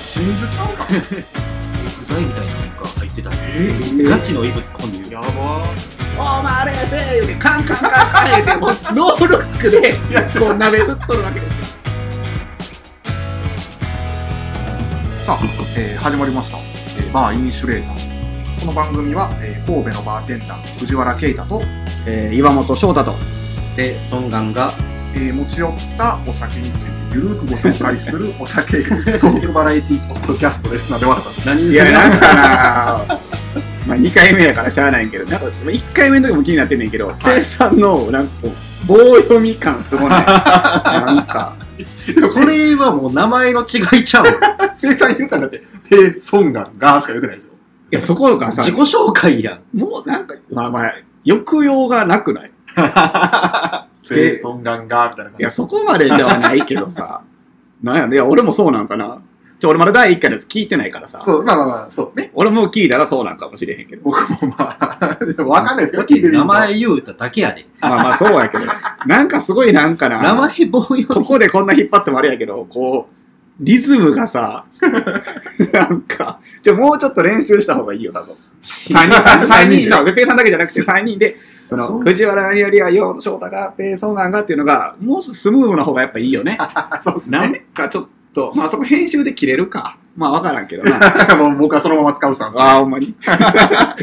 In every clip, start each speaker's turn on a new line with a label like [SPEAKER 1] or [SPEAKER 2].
[SPEAKER 1] 真珠ちゃうか
[SPEAKER 2] 具材みたいなのが入ってたり
[SPEAKER 1] え
[SPEAKER 2] ガチの異物混入
[SPEAKER 1] やば
[SPEAKER 3] お前あれやせえ言うてカンカンカンカン言うてもうノールックでこう鍋振っとるわけですよ
[SPEAKER 4] さあ、えー始まりました、えーバーインシュレーターこの番組は、えー神戸のバーテンダー藤原啓太と、
[SPEAKER 5] えー、岩本翔太と
[SPEAKER 2] でソンガンが
[SPEAKER 4] えー持ち寄ったお酒についてゆるくご紹介す るお酒トークバラエティポッドキャストですなんで笑ったんです
[SPEAKER 2] 何
[SPEAKER 5] いやなんかなまあ2回目やからしゃあないんけどなんか1回目の時も気になってんねんけど圭、さんのなんかこう棒読み感 すごないなんか
[SPEAKER 2] それはもう名前の違いちゃ う
[SPEAKER 4] ペイさん言ったんだってペイソンガンガーしか言ってないですよ
[SPEAKER 5] いやそこがさ
[SPEAKER 2] 自己紹介やん
[SPEAKER 5] もうなんかまあまあ抑揚がなくない
[SPEAKER 4] ペイソンガンガーみたいない感
[SPEAKER 5] やそこまでではないけど さなんやねいや俺もそうなんかなちょ俺まだ第1回のやつ聞いてないから
[SPEAKER 4] じ
[SPEAKER 5] さ
[SPEAKER 4] そうまあまあまあそうですね
[SPEAKER 5] 俺も聞いたらそうなんかもしれへんけど
[SPEAKER 4] 僕もまあわかんない ですけど聞いてみる
[SPEAKER 2] 名
[SPEAKER 4] と
[SPEAKER 2] 前言うただけやで
[SPEAKER 5] まあまあそうやけどなんかすごいなんかな
[SPEAKER 2] 名前棒読
[SPEAKER 5] ここでこんな引っ張ってもあれやけど、こう、リズムがさ、なんか、じゃもうちょっと練習した方がいいよ、多分。三 人、三人、三人、まあペイさんだけじゃなくて三人で、その、
[SPEAKER 2] そう
[SPEAKER 5] 藤原何よりは岩本翔太が、ペイソンガンがっていうのが、もうスムーズな方がやっぱいいよね。
[SPEAKER 4] あ そうです
[SPEAKER 5] なん
[SPEAKER 4] ね
[SPEAKER 5] かちょっと、まあそこ編集で切れるか。まあわからんけど な。
[SPEAKER 4] もう僕はそのまま使うスタンス
[SPEAKER 5] ああ、ほん まに。な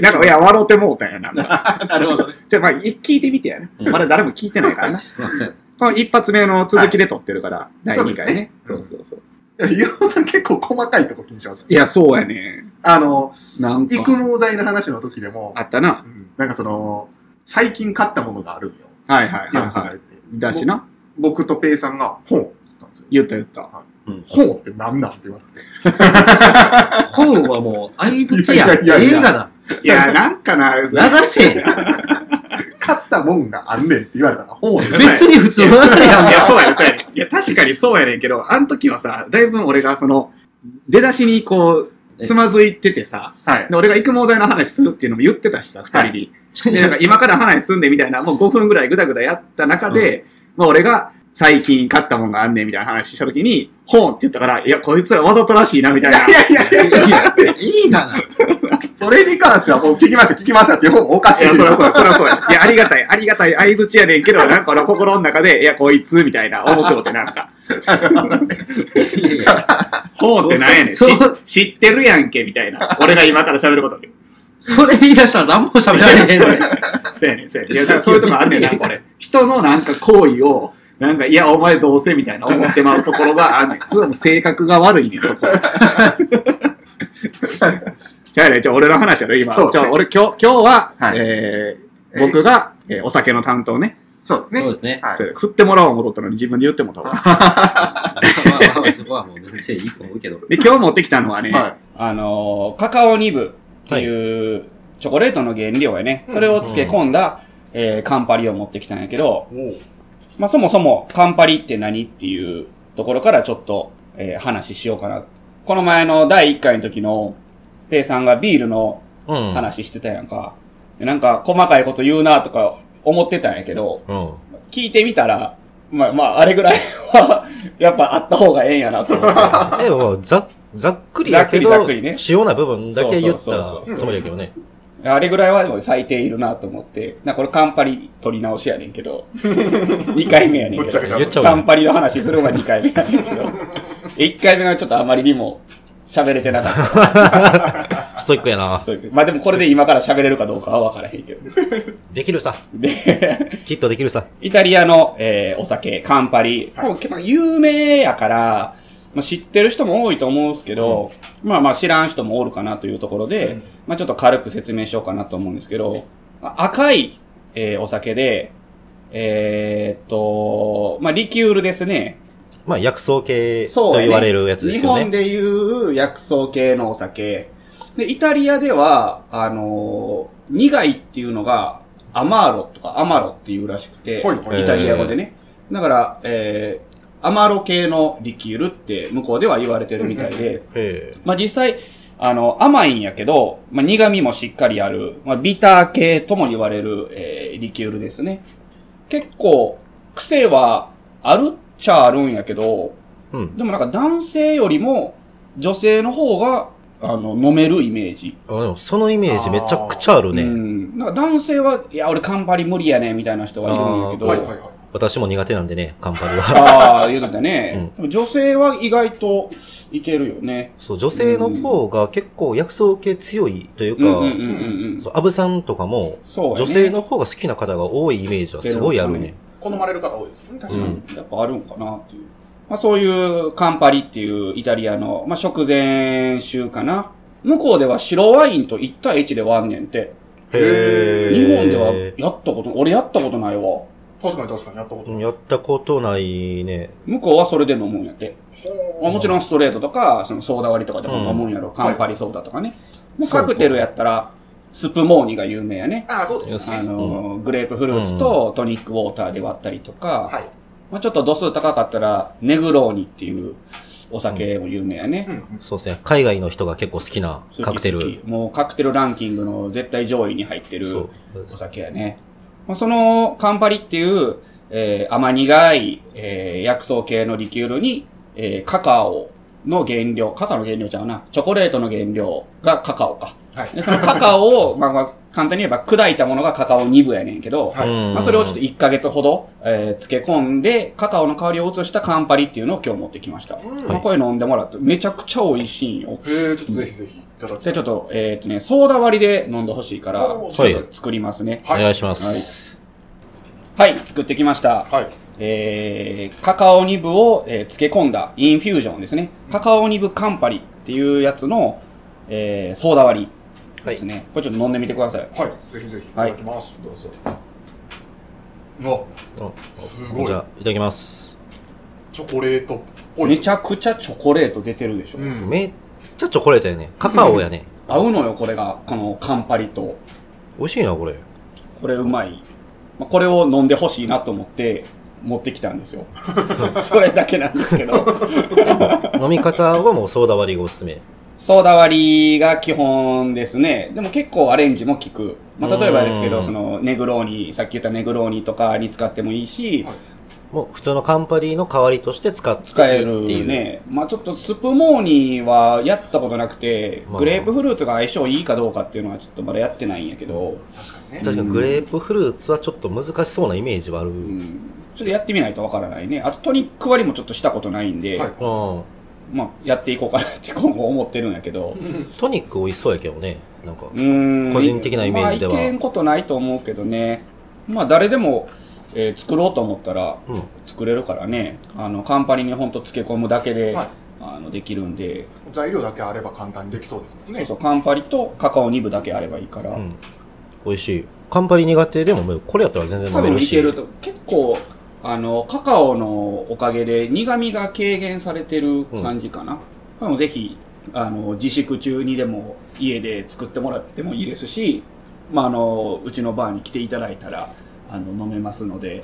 [SPEAKER 5] んか、いや、笑うてもうたんやな。な
[SPEAKER 4] なるほどね
[SPEAKER 5] じゃあまあ、聞いてみてやな。まだ誰も聞いてないからな。
[SPEAKER 2] みません
[SPEAKER 5] まあ、一発目の続きで撮ってるから、第
[SPEAKER 4] そうで
[SPEAKER 5] 2
[SPEAKER 4] す
[SPEAKER 5] 回ね
[SPEAKER 4] ね。
[SPEAKER 5] そうそうそう。
[SPEAKER 4] いや 岩尾さん結構細かいとこ気にしますね
[SPEAKER 5] いや、そうやね。
[SPEAKER 4] あの
[SPEAKER 5] なんか。
[SPEAKER 4] 育毛剤の話の時でも
[SPEAKER 5] あったな。
[SPEAKER 4] なんかその、最近買ったものがあるんよ。
[SPEAKER 5] はいはい
[SPEAKER 4] ヤ
[SPEAKER 5] は
[SPEAKER 4] ン
[SPEAKER 5] い、
[SPEAKER 4] さんが言
[SPEAKER 5] はい。
[SPEAKER 4] って。
[SPEAKER 5] だしな。
[SPEAKER 4] 僕とペイさんが、本って言ったんですよ。
[SPEAKER 5] 言った言った。
[SPEAKER 4] 本ってなんだって言われて。
[SPEAKER 2] 本はもう相づちや
[SPEAKER 4] いやいやいやい
[SPEAKER 2] 映
[SPEAKER 4] や
[SPEAKER 2] 画だ
[SPEAKER 5] いや、なんか な、
[SPEAKER 2] 流せや
[SPEAKER 4] 買ったもんがあんねんって言われたら、本や
[SPEAKER 2] 別に普通の流れやん
[SPEAKER 5] いや、そうやね、そうやね。いや、確かにそうやねんけど、あの時はさ、だいぶ俺がその、出だしにこう、つまずいててさ、
[SPEAKER 4] はい。
[SPEAKER 5] で俺が育毛剤の話するっていうのも言ってたしさ、二人に。で、 なんか今から話すんでみたいな、もう5分ぐらいぐだぐだやった中で、まあ俺が最近買ったもんがあんねんみたいな話した時に、本って言ったから、いや、こいつらわざとらしいなみたいな。
[SPEAKER 4] いやいやいやいや、
[SPEAKER 2] 映画な
[SPEAKER 4] それに関してはもう聞きました、聞きましたっていう本もおかし
[SPEAKER 5] い
[SPEAKER 4] い
[SPEAKER 5] や、
[SPEAKER 4] です
[SPEAKER 5] そ
[SPEAKER 4] よ
[SPEAKER 5] らそらそらそうや。いや、ありがたい、ありがたい、相づちやねんけど、なんか俺心の中で、いや、こいつ、みたいな、思ってもってなんか、
[SPEAKER 2] いやいや
[SPEAKER 5] ほうってなんやねん。し
[SPEAKER 2] そうそう
[SPEAKER 5] 知ってるやんけ、みたいな。俺が今から喋ることに。
[SPEAKER 2] それ言い出したら何も喋られへんね
[SPEAKER 5] そうやねん、そうやねん。いや、だからそういうとこあんねんな、これ。 人のなんか行為を、なんか、いや、お前どうせ、みたいな思ってまうところがあんね ん。それはもう性格が悪いねん、そこ。じゃあね、じゃあ俺の話やろ、今。
[SPEAKER 4] そうです
[SPEAKER 5] じ
[SPEAKER 4] ね
[SPEAKER 5] ゃあ俺今日、今日は、
[SPEAKER 4] はい
[SPEAKER 5] えー、僕が、えーお酒の担当ね。
[SPEAKER 4] そうです
[SPEAKER 2] そう
[SPEAKER 4] ね。
[SPEAKER 2] ですね
[SPEAKER 4] はい
[SPEAKER 5] それ振ってもらおう思っとったのに自分で言ってもうた わ。
[SPEAKER 2] まあまあまあそこはもう全然いいと思うけど
[SPEAKER 5] で、今日持ってきたのはね、
[SPEAKER 4] は
[SPEAKER 5] あのーカカオニブっていう、チョコレートの原料やね、それを漬け込んだ、えーカンパリを持ってきたんやけど、まあそもそもカンパリって何っていうところからちょっと、えー話しようかな。この前の第1回の時の、ペイさんがビールの
[SPEAKER 6] うん。
[SPEAKER 5] 話してたやんか。でなんか細かいこと言うなとか思ってたんやけど、
[SPEAKER 6] うん。
[SPEAKER 5] 聞いてみたら、まあまああれぐらいはやっぱあった方がええんやなと思って。
[SPEAKER 6] でも、ざ、ざっくりやけど、
[SPEAKER 5] ざっくりざっくりね
[SPEAKER 6] 主要な部分だけ言っ
[SPEAKER 5] そうそう
[SPEAKER 6] た
[SPEAKER 5] そうそう
[SPEAKER 6] つもりやけどね。
[SPEAKER 5] あれぐらいはでも最低いるなと思って、なんかこれカンパリ取り直しやねん けど、2回目やねんけ
[SPEAKER 4] ぶっちゃけ
[SPEAKER 5] ど
[SPEAKER 4] ち、
[SPEAKER 6] 言っちゃおう
[SPEAKER 5] カン
[SPEAKER 6] よ。
[SPEAKER 5] パリの話するのが2回目やね んけど、1回目はちょっとあまりにも喋れてなかったか
[SPEAKER 6] ストイックやな
[SPEAKER 5] ら。そういうまあでもこれで今から喋れるかどうかは分からへんけど。
[SPEAKER 6] できるさ。
[SPEAKER 5] で、
[SPEAKER 6] きっとできるさ。
[SPEAKER 5] イタリアの、えーお酒、カンパリ、もうまあ有名やから、まあ、知ってる人も多いと思うんですけど、まあまあ知らん人もおるかなというところで、まあちょっと軽く説明しようかなと思うんですけど、まあ赤い、えーお酒で、えーっと、まあリキュールですね。
[SPEAKER 6] まあ、薬草系
[SPEAKER 5] そう
[SPEAKER 6] と
[SPEAKER 5] だね
[SPEAKER 6] 言われるやつですよ
[SPEAKER 5] 日本
[SPEAKER 6] ね。
[SPEAKER 5] でいう薬草系のお酒。で、イタリアでは、あのー苦いっていうのが、アマーロとかアマロっていうらしくて、
[SPEAKER 4] はいはい
[SPEAKER 5] イタリア語でね。だから、えー、アマロ系のリキュールって向こうでは言われてるみたいで、
[SPEAKER 6] へえ
[SPEAKER 5] まあ実際、あの、甘いんやけど、まあ苦味もしっかりある、まあビター系とも言われる、えーリキュールですね。結構、癖はあるっちゃあるんやけど、
[SPEAKER 6] うん。
[SPEAKER 5] でもなんか男性よりも女性の方が、あの、飲めるイメージ。
[SPEAKER 6] あでもそのイメージめちゃくちゃあるね。
[SPEAKER 5] うん。なんか男性は、いや、俺カンパリ無理やね、みたいな人がいるんやけど。
[SPEAKER 4] は
[SPEAKER 6] あー
[SPEAKER 4] いはいはい。
[SPEAKER 6] 私も苦手なんでね、カンパリは。
[SPEAKER 5] ああ、言うてたね。でも女性は意外といけるよね。
[SPEAKER 6] そう、女性の方が結構薬草系強いという
[SPEAKER 5] うんうんうん
[SPEAKER 6] か、
[SPEAKER 5] うんうん。
[SPEAKER 6] そうアブさんとかも、
[SPEAKER 5] そうやね
[SPEAKER 6] 女性の方が好きな方が多いイメージはすごいあるね。
[SPEAKER 4] 好まれる方多いですよね、確
[SPEAKER 5] う
[SPEAKER 4] かに。
[SPEAKER 5] んやっぱあるんかなっていう。まあそういうカンパリっていうイタリアの、まあ食前酒かな。向こうでは白ワインと1対1で割んねんて。
[SPEAKER 6] へー
[SPEAKER 5] 日本ではやったこと、俺やったことないわ。
[SPEAKER 4] 確かに確かにやったことな
[SPEAKER 6] う
[SPEAKER 4] い。
[SPEAKER 6] んやったことないね。
[SPEAKER 5] 向こうはそれで飲むんやって。
[SPEAKER 4] ほ
[SPEAKER 5] まあもちろんストレートとか、そのソーダ割りとかでも飲むんやろ。カンパリソーダとかね。もうカクテルやったら、スプモーニが有名やね。
[SPEAKER 4] ああ、そうですね。
[SPEAKER 5] あの、グレープフルーツとトニックウォーターで割ったりとか、
[SPEAKER 4] はい。
[SPEAKER 5] まあちょっと度数高かったら、ネグローニっていうお酒も有名やね。
[SPEAKER 4] うんうん。
[SPEAKER 6] そうですね。海外の人が結構好きな
[SPEAKER 5] 好き
[SPEAKER 6] カクテル。
[SPEAKER 5] 好きもうカクテルランキングの絶対上位に入って
[SPEAKER 6] そ
[SPEAKER 5] る
[SPEAKER 6] う。
[SPEAKER 5] お酒やね。まあ、そのカンパリっていう、えー甘苦い、えー薬草系のリキュールに、えーカカオの原料、カカオの原料ちゃうな、チョコレートの原料がカカオか。
[SPEAKER 4] はい
[SPEAKER 5] でそのカカ オを、まあまあ、簡単に言えば砕いたものがカカオ2部やねんけど、
[SPEAKER 4] はい
[SPEAKER 6] うん
[SPEAKER 5] まあ、それをちょっと1ヶ月ほど、えー漬け込んで、カカオの香りを移したカンパリっていうのを今日持ってきました。
[SPEAKER 4] うん
[SPEAKER 5] まあこれ飲んでもらって、めちゃくちゃ美味しいんよ。
[SPEAKER 4] へえ、ちょっとぜひぜひいただきた
[SPEAKER 5] で、
[SPEAKER 4] い。
[SPEAKER 5] ちょっと、えっ、とね、ソーダ割りで飲んでほしいから、
[SPEAKER 4] おー
[SPEAKER 6] はい
[SPEAKER 4] はい。
[SPEAKER 5] 作りますね。
[SPEAKER 6] お願いし
[SPEAKER 4] ま
[SPEAKER 6] ます。
[SPEAKER 5] はい、作ってきました。
[SPEAKER 4] す。はい。
[SPEAKER 5] えー、カカオニブを、えー漬け込んだインフュージョンですね。カカオニブカンパリっていうやつの、えー、ソーダ割りですね。これちょっと飲んでみてください。
[SPEAKER 4] はい。ぜひぜひいた
[SPEAKER 5] はい
[SPEAKER 4] だきます。どうぞ。うわ、
[SPEAKER 6] うん
[SPEAKER 4] すごい
[SPEAKER 6] じゃあ、いただきます。
[SPEAKER 4] チョコレートっぽい。
[SPEAKER 5] めちゃくちゃチョコレート出てるでしょ。
[SPEAKER 4] うん。
[SPEAKER 6] めっちゃチョコレートやね。カカオやね。
[SPEAKER 5] 合うのよ、これが。このカンパリと。
[SPEAKER 6] 美味しいな、これ。
[SPEAKER 5] これうまい。まあこれを飲んでほしいなと思って、持ってきたんで すよ。それだけなんですけど。
[SPEAKER 6] 飲み方はもうソーダ割りがおすすめ。
[SPEAKER 5] ソーダ割りが基本ですね。でも結構アレンジも効く。まあ、例えばですけ
[SPEAKER 6] う
[SPEAKER 5] ど、
[SPEAKER 6] ん
[SPEAKER 5] その、ネグローニ、さっき言ったネグローニとかに使ってもいいし、
[SPEAKER 6] もう普通のカンパリの代わりとして使って
[SPEAKER 5] 使え
[SPEAKER 6] っ
[SPEAKER 5] る
[SPEAKER 6] ていう。
[SPEAKER 5] ね。まあちょっとスプモーニーはやったことなくて、
[SPEAKER 6] まあ
[SPEAKER 5] グレープフルーツが相性いいかどうかっていうのはちょっとまだやってないんやけど、
[SPEAKER 4] 確かにね。
[SPEAKER 6] 確かにグレープフルーツはちょっと難しそうなイメージはある。う。
[SPEAKER 5] うんん、ちょっとやってみないとわからないね。あとトニック割りもちょっとしたことないんで、
[SPEAKER 4] はい
[SPEAKER 5] まあやっていこうかなって今後思ってるんやけど、
[SPEAKER 6] トニック美味しそうやけどね。なんか。
[SPEAKER 5] うん
[SPEAKER 6] 個人的なイメージでは
[SPEAKER 5] まあ、いけんことないと思うけどね。まあ、誰でも、えー作ろうと思ったら
[SPEAKER 6] うん。
[SPEAKER 5] 作れるからね。あの、カンパニにほんと漬け込むだけで、
[SPEAKER 4] はい
[SPEAKER 5] あの、できるんで、
[SPEAKER 4] 材料だけあれば簡単にできそうですもん
[SPEAKER 5] そう
[SPEAKER 4] ね
[SPEAKER 5] そ。う、カンパリとカカオ2部だけあればいいから、
[SPEAKER 6] うん。美味しい。カンパリ苦手でももうこれやったら全然
[SPEAKER 5] 多
[SPEAKER 6] 飲め
[SPEAKER 5] 分
[SPEAKER 6] る
[SPEAKER 5] い
[SPEAKER 6] し。
[SPEAKER 5] けると、結構、あの、カカオのおかげで苦味が軽減されてる感じかな。でもぜひ、あの、自粛中にでも家で作ってもらってもいいですし、まあ、あの、うちのバーに来ていただいたら、あの、飲めますので、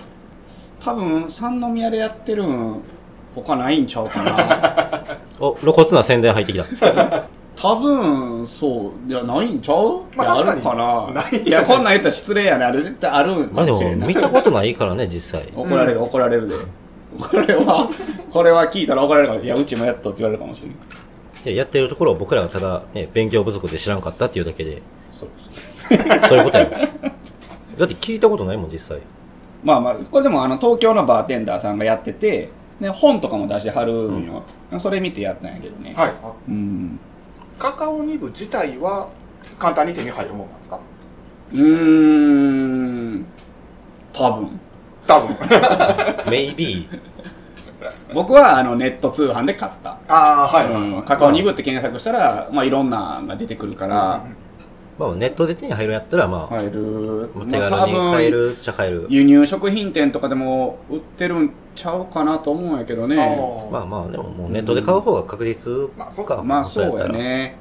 [SPEAKER 5] 多分、三宮でやってるん、他ないんちゃう かな。
[SPEAKER 6] お、露骨な宣伝入って きた。
[SPEAKER 5] 多分、そう、いや、ないんちゃう
[SPEAKER 4] まあ
[SPEAKER 5] い
[SPEAKER 4] 確
[SPEAKER 5] や
[SPEAKER 4] かに
[SPEAKER 5] るかな。
[SPEAKER 4] ないんじゃない
[SPEAKER 5] いや、こんなん言ったら失礼やね。あれ絶対あるん
[SPEAKER 6] ま
[SPEAKER 5] か
[SPEAKER 6] あで
[SPEAKER 5] もしれ
[SPEAKER 6] も、
[SPEAKER 5] んない。
[SPEAKER 6] 見たことないからね、実際。
[SPEAKER 5] 怒られる、怒られるで。これは、これは聞いたら怒られるから、いや、うちもやっとって言われるかもしれない。
[SPEAKER 6] でやってるところを僕らがただ、ね、勉強不足で知らんかったっていうだけで、
[SPEAKER 5] そう
[SPEAKER 6] そういうことや。だって聞いたことないもん、実際。
[SPEAKER 5] まあまあ、これでもあの、東京のバーテンダーさんがやってて、ね、本とかも出してはるんよ。それ見てやったんやけどね。
[SPEAKER 4] はい。あ
[SPEAKER 5] うん。
[SPEAKER 4] カカオニブ自体は簡単に手に入るものなんですか
[SPEAKER 5] うーん。多分。
[SPEAKER 4] 多分。
[SPEAKER 6] メイビー。
[SPEAKER 5] 僕はあの、ネット通販で買った。
[SPEAKER 4] ああ、はいはい
[SPEAKER 5] うん。
[SPEAKER 4] はい。
[SPEAKER 5] カカオ2部って検索したら、まあいろんなのが出てくるから、
[SPEAKER 6] まあネットで手に入るんやったら、まあ、
[SPEAKER 5] 買える。
[SPEAKER 6] お手軽に買えるっちゃ買える。
[SPEAKER 5] 輸入食品店とかでも売ってるんちゃうかなと思うんやけど
[SPEAKER 4] あ
[SPEAKER 5] ね。
[SPEAKER 4] ー
[SPEAKER 6] まあまあ、でももうネットで買う方が確実
[SPEAKER 4] まあそう
[SPEAKER 6] か。
[SPEAKER 5] まあそうや
[SPEAKER 6] ったら。
[SPEAKER 5] ね。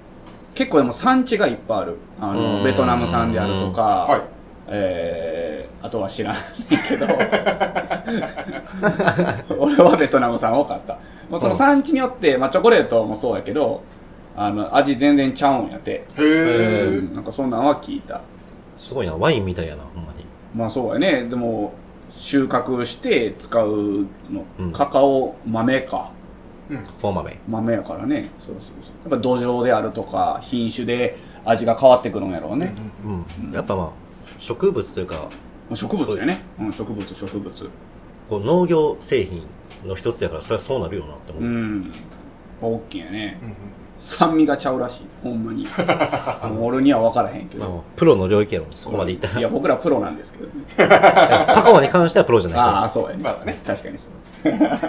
[SPEAKER 5] 結構でも産地がいっぱいある。あ
[SPEAKER 6] う
[SPEAKER 5] の、
[SPEAKER 6] ん
[SPEAKER 5] ベトナム産であるとか、
[SPEAKER 4] はい。
[SPEAKER 5] えー、あとは知らないけど、 俺はベトナム産多かった。もうその産地によって、まあチョコレートもそうやけど、あの、味全然ちゃうんやって。
[SPEAKER 4] へえ。
[SPEAKER 5] うんなんかそんなんは聞いた。
[SPEAKER 6] すごいな、ワインみたいやな、ほんまに。
[SPEAKER 5] まあそうやね。でも、収穫して使う
[SPEAKER 6] うん
[SPEAKER 5] の、カカオ豆か。
[SPEAKER 4] うん
[SPEAKER 6] ここは豆。
[SPEAKER 5] 豆やからね。そうそうそう。やっぱ土壌であるとか、品種で味が変わってくるんやろうね。
[SPEAKER 6] うん。やっぱまあ、植物というか、
[SPEAKER 5] まあ植物やね。うん、植物、植物。
[SPEAKER 6] こう農業製品の一つやから、それはそうなるよなって思う。
[SPEAKER 5] うん。大きいやね
[SPEAKER 4] う。んうん
[SPEAKER 5] 酸味がちゃうらしい。ほんまに。もう俺には分からへんけ
[SPEAKER 6] まあ
[SPEAKER 5] ど。
[SPEAKER 6] プロの領域やろ、そこまでいったら。
[SPEAKER 5] い
[SPEAKER 6] い
[SPEAKER 5] や、僕らプロなんですけどね。
[SPEAKER 6] や高尾に関してはプロじゃない
[SPEAKER 5] ああ、
[SPEAKER 6] か
[SPEAKER 5] そうやね。
[SPEAKER 4] まあね
[SPEAKER 5] 確かにそう。
[SPEAKER 4] なんか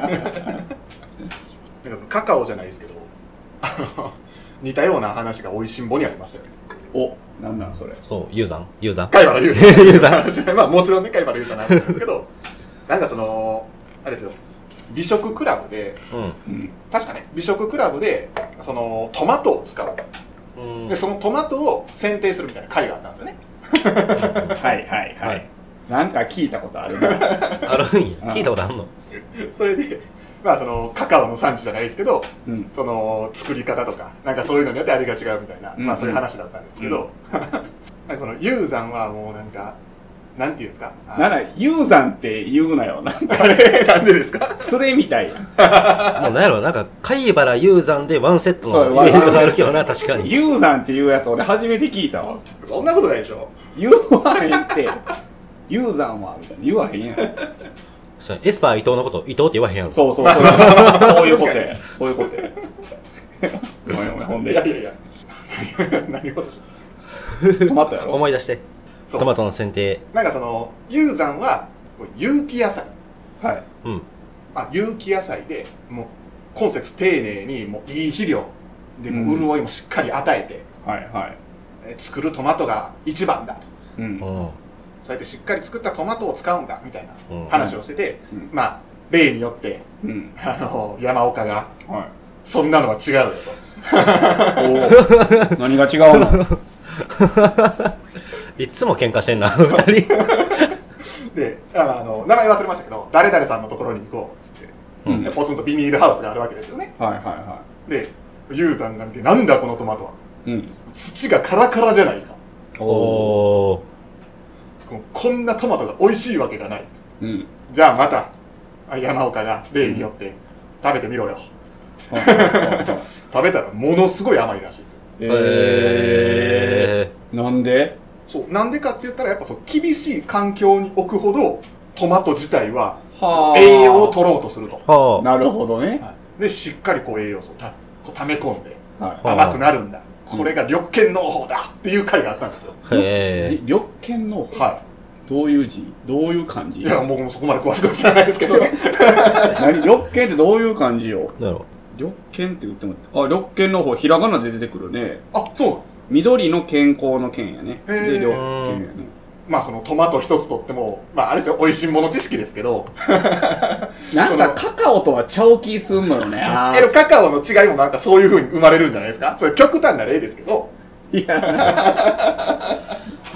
[SPEAKER 4] そのカカオじゃないですけど、 あの、似たような話が美味しんぼにありましたよね。
[SPEAKER 5] お、なんなんそれ。
[SPEAKER 6] ら。そう、ユーザンユーザン
[SPEAKER 4] 貝原優さ
[SPEAKER 6] ユーザ
[SPEAKER 4] んの話 まあもちろんね、貝原優さんの話なんですけど、 なんかその、あれですよ、美食クラブで、
[SPEAKER 5] う
[SPEAKER 6] う
[SPEAKER 5] ん。
[SPEAKER 4] 確かね、美食クラブで、その、トマトを使う。
[SPEAKER 6] ん。
[SPEAKER 4] で、そのトマトを選定するみたいな会があったんですよね。
[SPEAKER 5] はいはいは
[SPEAKER 6] はいい。
[SPEAKER 5] なんか聞いたことあるな。
[SPEAKER 6] あるんや。聞いたことあんの
[SPEAKER 4] それで、まあその、カカオの産地じゃないですけど、
[SPEAKER 5] うん。
[SPEAKER 4] その作り方とか、なんかそういうのによって味が違うみたいな、
[SPEAKER 5] うん
[SPEAKER 4] まあそういう話だったんですけど、 なんかその、ユーザンはもうなんか、なんていうんですかあ
[SPEAKER 5] なら、ユーザンって言うなよ。なんか、
[SPEAKER 4] あれ なんでですか
[SPEAKER 5] それみたいやん。
[SPEAKER 6] もうなんやろ、なんか、貝原ユーザンでワンセット
[SPEAKER 5] そう
[SPEAKER 6] のイメージがあるけどな、確かに。
[SPEAKER 5] ユーザンっていうやつ俺初めて聞いたわ。
[SPEAKER 4] そんなことないでしょ
[SPEAKER 5] 言わへんって。ユーザンはみたいな。言わへんやん。
[SPEAKER 6] そうエスパー伊藤のこと、伊藤って言わへんやろ。
[SPEAKER 5] そう そうそう。そういうことや。そういうことや。ごめんごめん。ほん
[SPEAKER 4] いやい
[SPEAKER 5] で、
[SPEAKER 4] やいや 何事し
[SPEAKER 5] トマトやろ
[SPEAKER 6] 思い出して。
[SPEAKER 4] そう
[SPEAKER 6] トマトの剪定。
[SPEAKER 4] なんかそのユーザンはこう有機野菜
[SPEAKER 5] はい。
[SPEAKER 6] うん。
[SPEAKER 4] あ有機野菜でもう今節丁寧にもういい肥料でも
[SPEAKER 5] う
[SPEAKER 4] うん潤いもしっかり与えて、
[SPEAKER 5] はいはい。
[SPEAKER 4] え作るトマトが一番だと
[SPEAKER 5] うん
[SPEAKER 6] う。ん。
[SPEAKER 4] そうやってしっかり作ったトマトを使うんだみたいな
[SPEAKER 6] うん
[SPEAKER 4] 話をしてて、
[SPEAKER 5] うん
[SPEAKER 4] まあ例によって
[SPEAKER 5] うん。
[SPEAKER 4] あの山岡が
[SPEAKER 5] はい。
[SPEAKER 4] そんなのは違うよ
[SPEAKER 5] おお。何が違うの
[SPEAKER 6] いっつも喧嘩してんな、二人。
[SPEAKER 4] とであの名前忘れましたけど誰々さんのところに行こうっつって
[SPEAKER 5] うん。
[SPEAKER 4] で
[SPEAKER 5] はい
[SPEAKER 4] ポツンとビニールハウスがあるわけですよね
[SPEAKER 5] はいは
[SPEAKER 4] で、ユーザンが見て、なんだこのトマトは。
[SPEAKER 5] い。うん。
[SPEAKER 4] 土がカラカラじゃないか。
[SPEAKER 6] おー。
[SPEAKER 4] ここんなトマトが美味しいわけがない。
[SPEAKER 5] うん。
[SPEAKER 4] じゃあまた、あ山岡が例によって、食べてみろよ。
[SPEAKER 5] はいはいはいはい
[SPEAKER 4] 食べたらものすごい甘いらしいですよ。
[SPEAKER 5] えー。なんで
[SPEAKER 4] そう、なんでかって言ったら、やっぱそう、厳しい環境に置くほど、トマト自体は
[SPEAKER 5] はあ
[SPEAKER 4] 栄養を取ろうとすると。
[SPEAKER 6] ー。はあ。
[SPEAKER 5] なるほどね。
[SPEAKER 4] はいで、しっかりこう栄養素をたこう溜め込んで、
[SPEAKER 5] は
[SPEAKER 6] あ
[SPEAKER 4] 甘くなるんだ。これが緑犬農法だっていう回があったんですよ。
[SPEAKER 5] い。
[SPEAKER 6] へ
[SPEAKER 5] え
[SPEAKER 6] え。
[SPEAKER 5] 緑犬の
[SPEAKER 4] は
[SPEAKER 5] どういう字どういう漢字
[SPEAKER 4] い。いや、僕もそこまで詳しくは知らないですけどね。
[SPEAKER 5] 何緑犬ってどういう漢字よ
[SPEAKER 6] なるほ
[SPEAKER 5] 緑犬って言ってもあ緑犬の方ひらがなで出てくるね
[SPEAKER 4] あ、そうなんです
[SPEAKER 5] 緑の健康の健やね
[SPEAKER 4] へー
[SPEAKER 5] で緑犬やね
[SPEAKER 4] まあそのトマト一つとっても、まああれですよ、美味しんもの知識ですけど、
[SPEAKER 5] なんかカカオとはちゃう気すんのよね あ
[SPEAKER 4] えのカカオの違いもなんかそういう風に生まれるんじゃないですかそれ極端な例ですけど、
[SPEAKER 5] ーいや
[SPEAKER 6] ど。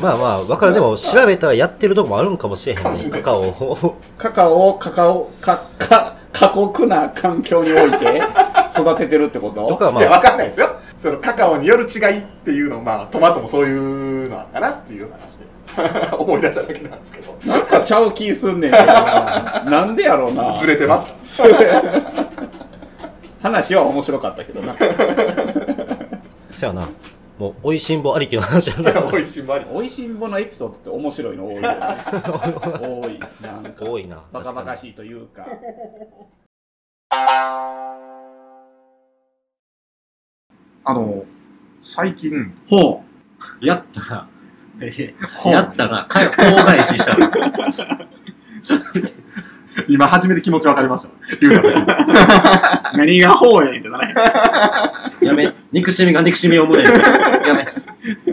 [SPEAKER 6] まあまあ、わからん。でも、調べたらやってるとこもあるんかもしれへん
[SPEAKER 4] かもしれ
[SPEAKER 6] ね。
[SPEAKER 4] ない
[SPEAKER 6] カカオを。
[SPEAKER 5] カカオをカカオかか過酷な環境において 育ててるってこと
[SPEAKER 6] とか、ま
[SPEAKER 4] いや、わ
[SPEAKER 6] あ、
[SPEAKER 4] かんないですよ。そのカカオによる違いっていうのを、まあトマトもそういうのあったなっていう話で、 思い出しただけなんですけど、
[SPEAKER 5] なんかちゃう気すんねんけどななんでやろうな
[SPEAKER 4] ずれてます。
[SPEAKER 5] 話は面白かったけどな
[SPEAKER 6] そやな。もう、美味しんぼありきの話
[SPEAKER 4] それ
[SPEAKER 6] だな。
[SPEAKER 4] は美味しんもあり。
[SPEAKER 5] おいしんぼのエピソードって面白いの多いよね多いなんか
[SPEAKER 6] 多いな。
[SPEAKER 5] バカバカ
[SPEAKER 6] い。
[SPEAKER 5] しいというか
[SPEAKER 4] あの、
[SPEAKER 2] 最近。
[SPEAKER 5] ほ
[SPEAKER 2] やったな。やったな。かよ、大返ししたな。
[SPEAKER 4] 今初めて気持ちわかりました。言うたら。
[SPEAKER 5] う何がほうやねんってならへん
[SPEAKER 2] やめ。憎しみが憎しみを生むねん。やめ。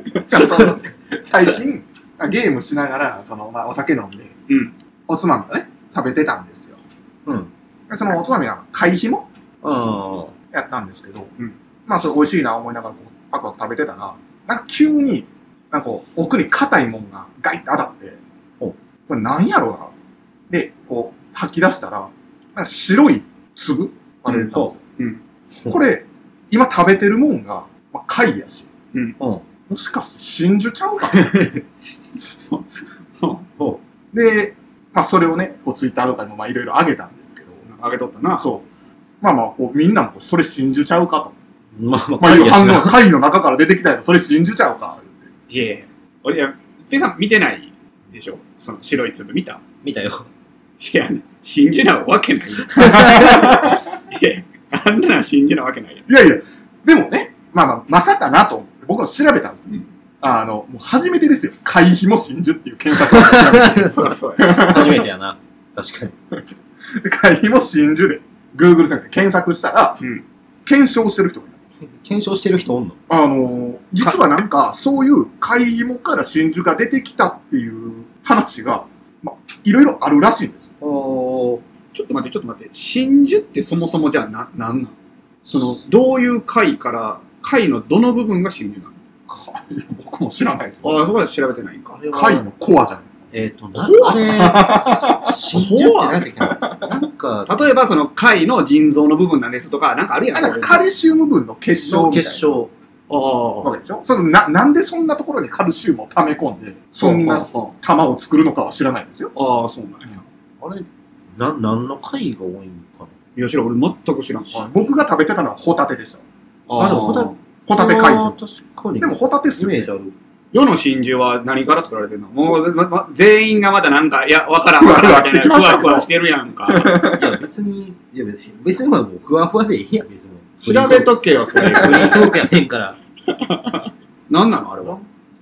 [SPEAKER 4] その最近、ゲームしながら、その、まあお酒飲んで、
[SPEAKER 5] うん
[SPEAKER 4] おつまみをね、食べてたんですよ。
[SPEAKER 2] うん。
[SPEAKER 4] でそのおつまみは、貝ひも
[SPEAKER 2] あ
[SPEAKER 4] やったんですけど、
[SPEAKER 5] うん
[SPEAKER 4] まあそれ美味しいな思いながらこうパクパク食べてたら、なんか急に、なんかこう奥に硬いもんがガイッて当たって、
[SPEAKER 2] お
[SPEAKER 4] これなんやろうな。で、こう吐き出したら、なんか白い粒が出てたんですよ。
[SPEAKER 5] うん
[SPEAKER 2] うん
[SPEAKER 4] これ、今食べてるもんが、まあ、貝やし、
[SPEAKER 2] あ。うん。
[SPEAKER 4] もしかして真珠ちゃう か
[SPEAKER 2] ほ
[SPEAKER 4] で、まあそれをね、こうツイッターとかにもまあいろいろ上げたんですけど、
[SPEAKER 5] あげとったな
[SPEAKER 4] そう。まあまあ、こう、みんなもこうそれ信じちゃうかと。
[SPEAKER 2] まあまあ、
[SPEAKER 4] まあ、
[SPEAKER 2] 会
[SPEAKER 4] いう
[SPEAKER 2] 議は
[SPEAKER 4] 反
[SPEAKER 2] しな
[SPEAKER 4] 応、会議の中から出てきたやつ、それ信じちゃうか。
[SPEAKER 5] いえいえ。俺、いや、ペンさん見てないでしょその白い粒見た
[SPEAKER 2] 見たよ。
[SPEAKER 5] いや、信じないわけない よ。いや、あんなの信じないわけないよ。
[SPEAKER 4] いやいや、でもね、まあまあ、まさかなと思って、僕は調べたんですよ。
[SPEAKER 5] うん
[SPEAKER 4] あの、もう初めてですよ。会費も真珠っていう検索を調 べて
[SPEAKER 5] そりゃそうや。
[SPEAKER 2] 初めてやな。確かに。
[SPEAKER 4] で会費も真珠で、Google 先生検索したら、
[SPEAKER 5] うん
[SPEAKER 4] 検証してる人がいた。
[SPEAKER 2] 検証してる人おんの
[SPEAKER 4] あの、実はなんか、そういう会費もから真珠が出てきたっていう話が、まあ、いろいろあるらしいんですよ。
[SPEAKER 5] おーちょっと待って、ちょっと待って。真珠ってそもそもじゃあな、なんなんその、どういう貝から、貝のどの部分が真珠な
[SPEAKER 4] 貝僕も知らないですよ。
[SPEAKER 5] のああ、そこは調べてないんか。
[SPEAKER 4] 貝のコアじゃないですか。
[SPEAKER 2] えっ、と、なんあれ、信じってなんだっけな。なんか、
[SPEAKER 5] 例えば、その貝の腎臓の部分なんですとか、なんかあるやん。
[SPEAKER 4] なんかカ
[SPEAKER 5] あ
[SPEAKER 4] ルシウム分の結晶みたいな。
[SPEAKER 2] 決勝。
[SPEAKER 5] あ
[SPEAKER 4] わけでしょそのな、なんでそんなところにカルシウムを溜め込んで、そんな
[SPEAKER 5] あ
[SPEAKER 4] 玉を作るのかは知らないですよ。
[SPEAKER 5] ああ、そうなんや。
[SPEAKER 2] あれ、な、何の会が多いのか
[SPEAKER 5] 吉野、俺全く知らん。
[SPEAKER 4] 僕が食べてたのはホタテでした。
[SPEAKER 5] あ
[SPEAKER 2] あでも答
[SPEAKER 4] ホ
[SPEAKER 2] な。
[SPEAKER 4] タテ海
[SPEAKER 2] あ
[SPEAKER 4] 鮮。
[SPEAKER 2] ー確かに。
[SPEAKER 4] でも、ホタテ
[SPEAKER 2] イ
[SPEAKER 4] す
[SPEAKER 2] メー
[SPEAKER 4] る
[SPEAKER 2] ジある。
[SPEAKER 5] 世の真珠は何から作られてんのもう、まま全員がまだなんか、いや、わ からん、わか
[SPEAKER 4] ふ
[SPEAKER 5] ら
[SPEAKER 4] わ
[SPEAKER 5] ん
[SPEAKER 4] ふわし
[SPEAKER 5] み
[SPEAKER 4] て
[SPEAKER 5] た
[SPEAKER 4] き
[SPEAKER 5] いな、
[SPEAKER 4] ま
[SPEAKER 5] ふ
[SPEAKER 4] した
[SPEAKER 5] わ
[SPEAKER 4] けど
[SPEAKER 5] ふわしてるやんか。
[SPEAKER 2] いや、別に、いや別に、別にまあもうふわふわでええやん、別に。
[SPEAKER 5] 調べとけよ、それ。
[SPEAKER 2] フリートークやねんから。
[SPEAKER 5] 何 なのあれは。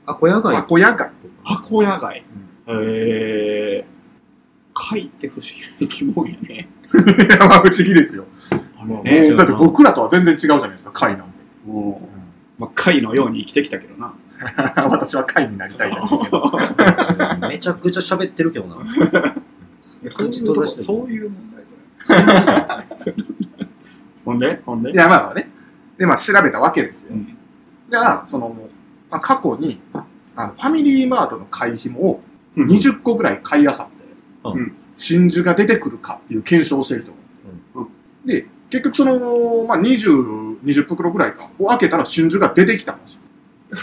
[SPEAKER 2] あ、小屋街
[SPEAKER 4] ア コヤガイ。
[SPEAKER 5] 箱野外。へえ。貝って不思議な生き物やね。
[SPEAKER 4] まあ不思議ですよ。
[SPEAKER 5] あの
[SPEAKER 2] え
[SPEAKER 5] ね。
[SPEAKER 2] そう
[SPEAKER 4] だって僕らとは全然違うじゃないですか、貝なんて。
[SPEAKER 5] もう、まあ、貝のように生きてきたけどな。
[SPEAKER 4] 私は貝になりたいじゃないけど。
[SPEAKER 2] うんめちゃくちゃ喋ってるけどな。
[SPEAKER 5] そういうとこそういう問題じ ゃない。ほんでほんで
[SPEAKER 4] いや、まあまあね。で、まあ調べたわけですよ
[SPEAKER 5] う。ん
[SPEAKER 4] じゃあ、その、まあ、過去に、あの、ファミリーマートの貝紐を
[SPEAKER 5] うん
[SPEAKER 4] 20個ぐらい買いあさって、
[SPEAKER 5] うん
[SPEAKER 4] 真珠が出てくるかっていう検証をしてると思う。で、結局その、まあ、20、20袋ぐらいか、を開けたら真珠が出てきたん ですよ。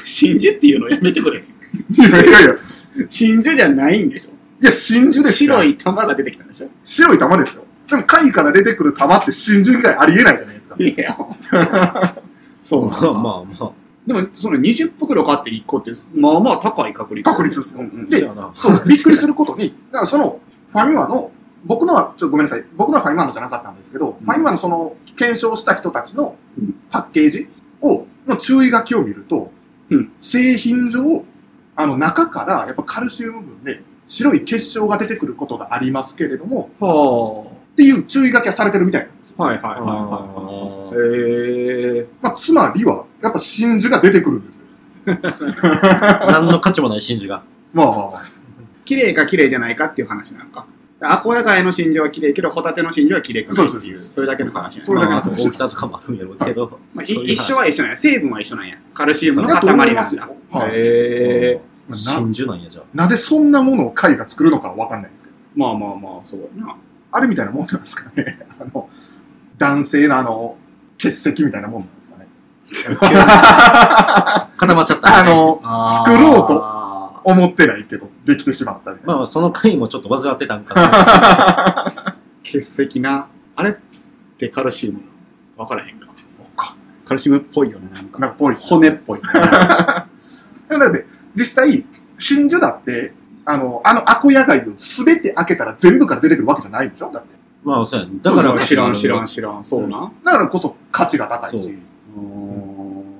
[SPEAKER 5] 真珠っていうのやめてくれ。
[SPEAKER 4] いやいやいや、い
[SPEAKER 5] 真珠じゃないんでしょ。
[SPEAKER 4] や、真珠ですよ
[SPEAKER 5] 白。い玉が出てきたんでしょ。
[SPEAKER 4] 白い玉ですよ。でも貝から出てくる玉って真珠以外ありえないじゃないですか。
[SPEAKER 5] いや。 そう
[SPEAKER 2] まあまあま
[SPEAKER 5] でも、その20袋買って1個って、まあまあ高い確率。
[SPEAKER 4] 確率です
[SPEAKER 5] うんうん
[SPEAKER 2] あ。
[SPEAKER 4] で
[SPEAKER 2] そうやな。
[SPEAKER 4] そう、びっくりすることに、だからその、ファミマの、僕のは、ちょっとごめんなさい、僕のはファミマのじゃなかったんですけど、
[SPEAKER 5] うん
[SPEAKER 4] ファミマのその、検証した人たちの
[SPEAKER 5] うん
[SPEAKER 4] パッケージを、の注意書きを見ると、
[SPEAKER 5] うん
[SPEAKER 4] 製品上、あの、中から、やっぱカルシウム分で、白い結晶が出てくることがありますけれども、
[SPEAKER 5] は
[SPEAKER 4] っていう注意書きがされてるみたいなんですよ。
[SPEAKER 5] あ。はいはいはいはいはい。へえ。
[SPEAKER 4] まあ、つまりは、やっぱ真珠が出てくるんですよ。
[SPEAKER 2] 何の価値もない真珠が。
[SPEAKER 4] まあまあまあ。
[SPEAKER 5] 綺麗か綺麗じゃないかっていう話なのか。アコヤ貝の真珠は綺麗けど、ホタテの真珠は綺麗くないってい
[SPEAKER 4] そうそうそうそう
[SPEAKER 5] それだけの話な
[SPEAKER 4] そ
[SPEAKER 5] の
[SPEAKER 4] れ
[SPEAKER 5] か。
[SPEAKER 4] だけの
[SPEAKER 2] まあ
[SPEAKER 4] 話
[SPEAKER 2] 大きさとかもあるんやろうけど。
[SPEAKER 5] まあい
[SPEAKER 2] そういう話
[SPEAKER 5] 一緒は一緒なんや。成分は一緒なんや。カルシウムの
[SPEAKER 4] だと
[SPEAKER 5] 塊
[SPEAKER 4] 思いま
[SPEAKER 5] なん
[SPEAKER 4] すよ
[SPEAKER 5] だ。
[SPEAKER 4] はい
[SPEAKER 5] へえ。
[SPEAKER 4] まあな
[SPEAKER 2] 真珠なんや、じゃあ。
[SPEAKER 4] なぜそんなものを貝が作るのかはわかんないんですけど。
[SPEAKER 5] まあまあまあ、そうやな。
[SPEAKER 4] あれみたいなもんなんですかね。 あの、男性のあの、血石みたいなもんなんですかね。
[SPEAKER 2] 固まっちゃった。
[SPEAKER 4] あの、
[SPEAKER 2] あー
[SPEAKER 4] 作ろうと
[SPEAKER 5] あ
[SPEAKER 4] 思ってないけど、できてしまったみたいな。
[SPEAKER 2] まあまあ、その回もちょっと煩ってたんかな。
[SPEAKER 5] 結石な。あれってカルシウムなのわからへんか。
[SPEAKER 4] か
[SPEAKER 5] カルシウムっぽいよね、なんか。
[SPEAKER 4] なんかぽいっす。
[SPEAKER 5] 骨っぽい。
[SPEAKER 4] でもだって、実際、真珠だって、あの、あのアコヤ貝を全て開けたら全部から出てくるわけじゃないでしょだって。
[SPEAKER 2] まあ、そうやん。だから、
[SPEAKER 5] 知らん知らん。知らん。そうな。
[SPEAKER 4] だからこそ価値が高い
[SPEAKER 2] そう
[SPEAKER 4] し。
[SPEAKER 5] うん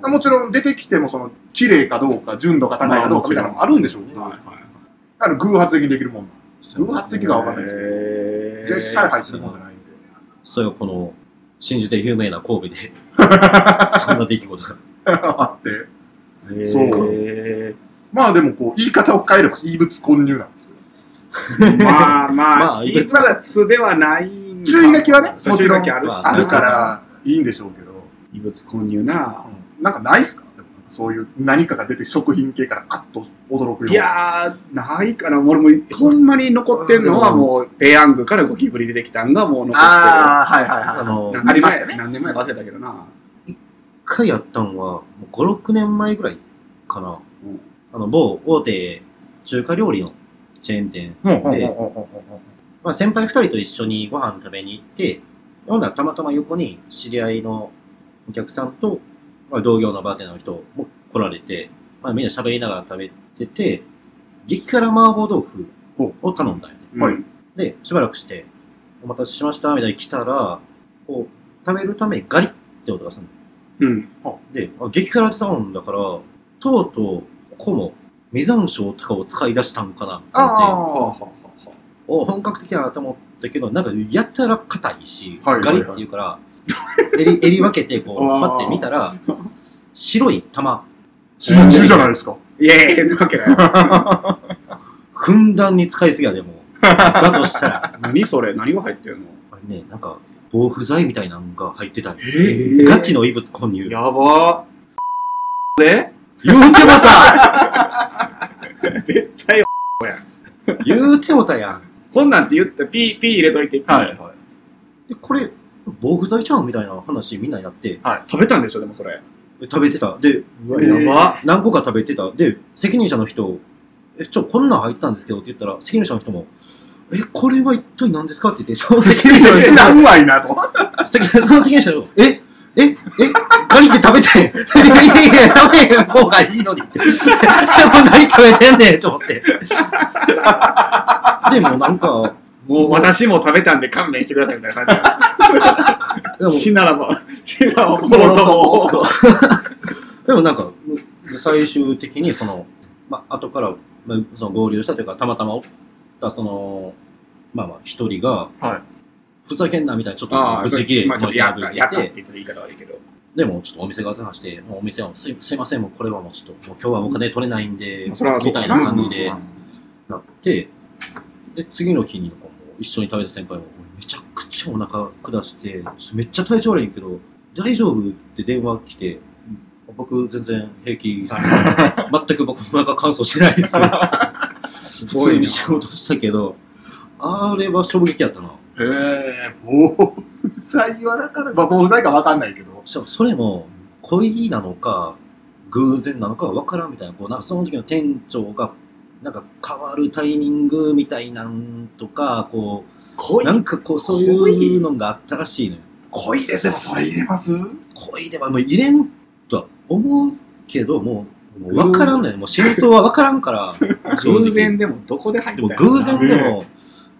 [SPEAKER 4] もちろん出てきてもその、綺麗かどうか、純度が高いかどうかみたいなのもあるんでしょうけど、だ
[SPEAKER 5] はいはいはい。
[SPEAKER 4] から偶発的にできるもんなの。偶発的かはわかんないですけど、
[SPEAKER 5] で
[SPEAKER 4] 絶対入ってるもんじゃないん で。
[SPEAKER 2] そうよ、この、真珠で有名な 神戸で。そんな出来事が。
[SPEAKER 4] あって。
[SPEAKER 5] へー
[SPEAKER 4] そうまあでもこう、言い方を変えれば異物混入なんですよ。
[SPEAKER 5] まあま
[SPEAKER 2] ま
[SPEAKER 5] あ、
[SPEAKER 2] あ
[SPEAKER 5] いくつではないんか
[SPEAKER 4] 注意書きはね
[SPEAKER 5] そう
[SPEAKER 4] もちろん
[SPEAKER 5] 注意書きあるしな
[SPEAKER 4] あるか。ら、いいんでしょうけど、
[SPEAKER 5] 異物混入な。
[SPEAKER 4] うんなんかないっすかでもなんかそういう何かが出て食品系からあっと驚くような。
[SPEAKER 5] いやー、ないから、俺も、ほんまに残ってんのはもう、ペヤングからゴキブリ出てきたんがもう残って
[SPEAKER 4] ああ、はいはい
[SPEAKER 2] あ
[SPEAKER 4] は
[SPEAKER 2] の
[SPEAKER 5] る。、
[SPEAKER 4] ありましたね
[SPEAKER 5] 何年前か忘れたけどな。
[SPEAKER 2] 一回やったんは、もう5、6年前ぐらいかな。
[SPEAKER 5] うん
[SPEAKER 2] あの、某大手中華料理のチェーン店
[SPEAKER 4] い。
[SPEAKER 2] で、
[SPEAKER 4] うんうんうんうんうんうん
[SPEAKER 2] まあ、先輩二人と一緒にご飯食べに行って、ほんならたまたま横に知り合いのお客さんと、まあ、同業のバーテンダーの人も来られて、まあ、みんな喋りながら食べてて、激辛麻婆豆腐を頼んだよね。
[SPEAKER 4] はい
[SPEAKER 5] うん
[SPEAKER 2] で、しばらくして、お待たせしました、みたいに来たら、こう、食べるためにガリって音がする
[SPEAKER 5] うん。
[SPEAKER 2] の。で、あ激辛って頼んだから、とうとう、ここも、実山椒とかを使い出したんかなと思って。
[SPEAKER 5] はあはあ
[SPEAKER 4] あ
[SPEAKER 5] はあは
[SPEAKER 2] お本格的だなと思ったけど、なんかやたら硬いし、
[SPEAKER 4] はいはいはい
[SPEAKER 2] ガリって言うから、襟襟分けてこう、
[SPEAKER 5] あー
[SPEAKER 2] パッて見たら、白い玉、
[SPEAKER 4] 真珠じゃないですか。
[SPEAKER 5] あ。いやいや、なわけない。
[SPEAKER 2] ふんだんに使いすぎやで、もう。 だとしたら、
[SPEAKER 5] 何それ何が入ってるの
[SPEAKER 2] あれね、なんか、防腐剤みたいなのが入ってたん
[SPEAKER 4] えー
[SPEAKER 2] ガチの異物混入。
[SPEAKER 5] やばー。で
[SPEAKER 2] 言うてもた
[SPEAKER 5] 絶対、
[SPEAKER 2] 言うてもたやん。
[SPEAKER 5] こんなんって言ったら、ピー、ピー入れといて。
[SPEAKER 4] はいはい。
[SPEAKER 2] で、これ、防腐剤ちゃうんみたいな話みんなになって、
[SPEAKER 5] 食べたんでしょ、でもそれ。
[SPEAKER 2] 食べてた。で、
[SPEAKER 4] えー
[SPEAKER 5] やば。
[SPEAKER 2] 何個か食べてた。で、責任者の人、え、ちょ、こんなん入ってたんですけどって言ったら、責任者の人も、え、これは一体何ですか って言って、その責任者の
[SPEAKER 4] 知
[SPEAKER 2] 人
[SPEAKER 4] ら
[SPEAKER 2] が
[SPEAKER 4] んわいなと。
[SPEAKER 2] 責任その責任者の人が、え、え、え、ガリって食べたい。いやいやいや、食べへん方がいいのにって。でも何食べてんねんと思って。でもなんか、
[SPEAKER 5] もう私も食べたんで勘弁してくださいみたいな感
[SPEAKER 2] でも
[SPEAKER 5] じ。死ならば、死ならば、もうとも。
[SPEAKER 2] でもなんか、最終的にその、まあ、後から、まあ、その合流したというか、たまたまおった、その、まあまあ、一人が、
[SPEAKER 4] はい
[SPEAKER 2] ふざけんなみたいな、ちょっと、
[SPEAKER 5] ああ、
[SPEAKER 2] ぶち切れ、
[SPEAKER 5] まあちょっとやった、やったっ
[SPEAKER 2] ぶち
[SPEAKER 5] て
[SPEAKER 2] 切れて
[SPEAKER 5] 言った言い方悪いけど。
[SPEAKER 2] でも、ちょっとお店側と話して、もうお店は、すいすいません、もうこれはもうちょっと、もう今日はお金取れないんで、
[SPEAKER 5] それはそう
[SPEAKER 2] み
[SPEAKER 5] か
[SPEAKER 2] たい
[SPEAKER 5] な
[SPEAKER 2] な感じで
[SPEAKER 4] うん
[SPEAKER 2] なって、で、次の日になんかもう一緒に食べた先輩も、めちゃくちゃお腹下して、めっちゃ体調悪いんやけど、大丈夫って電話来て、僕全然平気です。全く僕お腹乾燥してないです。普通に仕事したけど、あれは衝撃やったな。
[SPEAKER 4] へえ、防災はだから、まあ防災かわかんないけど。
[SPEAKER 2] しかもそれも、恋なのか、偶然なのかわからんみたいな、こう、なんかその時の店長が、なんか変わるタイミングみたいなんとか、こう、
[SPEAKER 4] 濃
[SPEAKER 2] なんかこう、そういうのがあったらしいのよ。
[SPEAKER 4] 濃いです。でもそれ入れます
[SPEAKER 2] 恋ではもう入れんとは思うけど、もう、もう分からんのよ。もう真相は分からん から。正直
[SPEAKER 5] 偶然でもどこで入っ
[SPEAKER 2] でも
[SPEAKER 5] たんやろ
[SPEAKER 2] 偶
[SPEAKER 5] な
[SPEAKER 2] 然でも、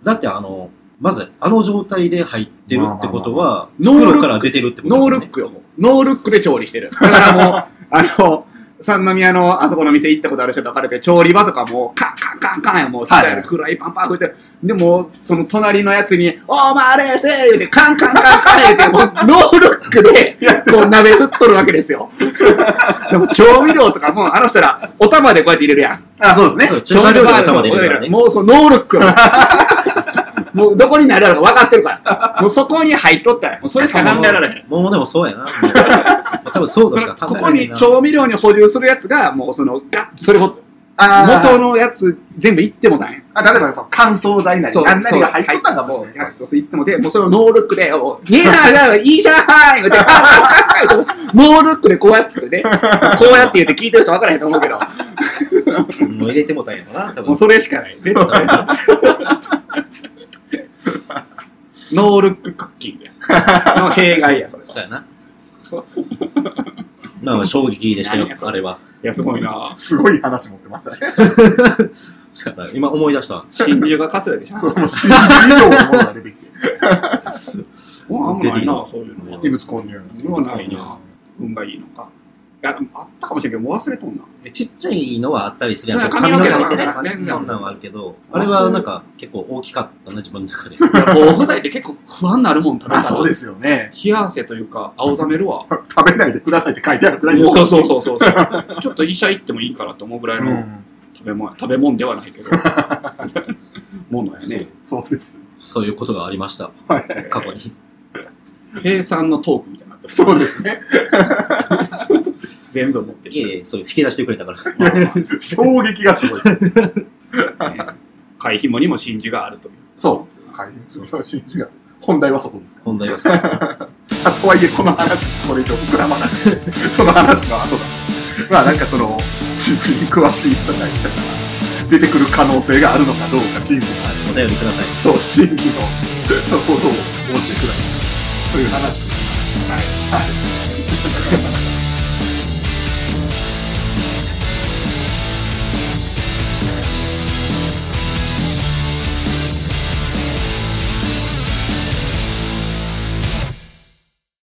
[SPEAKER 2] だってあの、まずあの状態で入ってるってことは、
[SPEAKER 5] まあまあまあまあ
[SPEAKER 2] 袋から出てるってことだ
[SPEAKER 5] ノー
[SPEAKER 2] よ
[SPEAKER 5] ル
[SPEAKER 2] ね
[SPEAKER 5] ッ。クよ、もう。ノールックで調理してる。だからも う、あの、三宮のあそこの店行ったことある人とかれて、調理場とかもう、カンカンカンカンや、もう、
[SPEAKER 4] はいはい
[SPEAKER 5] フライパンパン吹いて、でも、その隣のやつに、おまれせーって、カンカンカンカン言うて、もう、ノールックで、こう、鍋振っとるわけです よ。でも、調味料とかも、あの人ら、お玉でこうやって入れるやん。
[SPEAKER 4] あ、そうです
[SPEAKER 2] そう調味料で頭で入れるからね。
[SPEAKER 5] もうその能力 もうどこになるやろうか分かってるから。もうそこに入っとったよ。もうそれしか考えられへん。
[SPEAKER 2] もうでもそう やな。もう多分そうとしか
[SPEAKER 5] こ
[SPEAKER 2] 考え
[SPEAKER 5] こ
[SPEAKER 2] られへん
[SPEAKER 5] に
[SPEAKER 2] な。
[SPEAKER 5] 調味料に補充するやつが、もうその、ガッ、それほ、
[SPEAKER 4] あ
[SPEAKER 5] 元
[SPEAKER 4] の。
[SPEAKER 5] のやつ全部いってもない。
[SPEAKER 4] あ例えば、そう、乾燥剤なり、何々が入っとったんかもしれ
[SPEAKER 5] そ
[SPEAKER 4] ない。
[SPEAKER 5] うそうそう、言ってもで、もうそのノールックで、おいやだ、いいじゃないって、ノールックでこうやってね、こうやって言って聞いてる人分からへんと思うけど、
[SPEAKER 2] もう入れてもたんやろな、多
[SPEAKER 5] もう
[SPEAKER 2] 分。
[SPEAKER 5] それしかない。絶対。ノールッククッキングや。の弊害や、それは。
[SPEAKER 2] そうやな。まあ衝撃でしたよ
[SPEAKER 5] 何や、それ
[SPEAKER 2] あれは。
[SPEAKER 5] いや、すご いな
[SPEAKER 4] すごい話持ってましたね。
[SPEAKER 2] そうやな今思い出した。
[SPEAKER 5] 真珠がカスラでし
[SPEAKER 4] そ
[SPEAKER 5] ょ
[SPEAKER 4] う、もう信じ以上のものが出てきて。
[SPEAKER 5] もうあんまないなそういうのは。
[SPEAKER 4] 異物混入。
[SPEAKER 5] もうないな運がいいのか。いや、でもあったかもしれんけど、もう忘れとんな。
[SPEAKER 2] ちっちゃいのはあったりするやん。
[SPEAKER 5] 髪の毛とかね
[SPEAKER 2] の
[SPEAKER 5] ね
[SPEAKER 2] そんなんはあるけど、あれはなんか結構大きかったな、自分の中で。
[SPEAKER 5] いや、防腐剤って結構不安になる もん、食べた
[SPEAKER 4] あ、
[SPEAKER 5] ら
[SPEAKER 4] そうですよね。
[SPEAKER 5] 冷や汗というか、青ざめるわ。
[SPEAKER 4] 食べないでくださいって書いてあるくらいです
[SPEAKER 5] そうそうそう そう。ちょっと医者行ってもいいかなと思うぐらいうの
[SPEAKER 4] ん。
[SPEAKER 5] 食べ物、食べ物ではないけど、 ものやね。
[SPEAKER 4] そうです。
[SPEAKER 2] そういうことがありました。過去 に。
[SPEAKER 5] 計算のトークみたいになってます
[SPEAKER 4] そうですね。
[SPEAKER 5] 全部持って
[SPEAKER 2] いえいえ、そう、引き出してくれたから。
[SPEAKER 4] 衝撃がすごい。
[SPEAKER 5] ね貝紐にも真珠があるという。
[SPEAKER 4] そう。怪獣真珠が。本題はそこですか
[SPEAKER 2] 本題はさ。
[SPEAKER 4] あとはいえ、この話、これ以上膨らまない。その話の後だ。まあ、なんかその、真珠に詳しい人がいたから、出てくる可能性があるのかどうか、真珠が。
[SPEAKER 2] お便りください。
[SPEAKER 4] そう、真珠のことを教えてください。という話です。はい。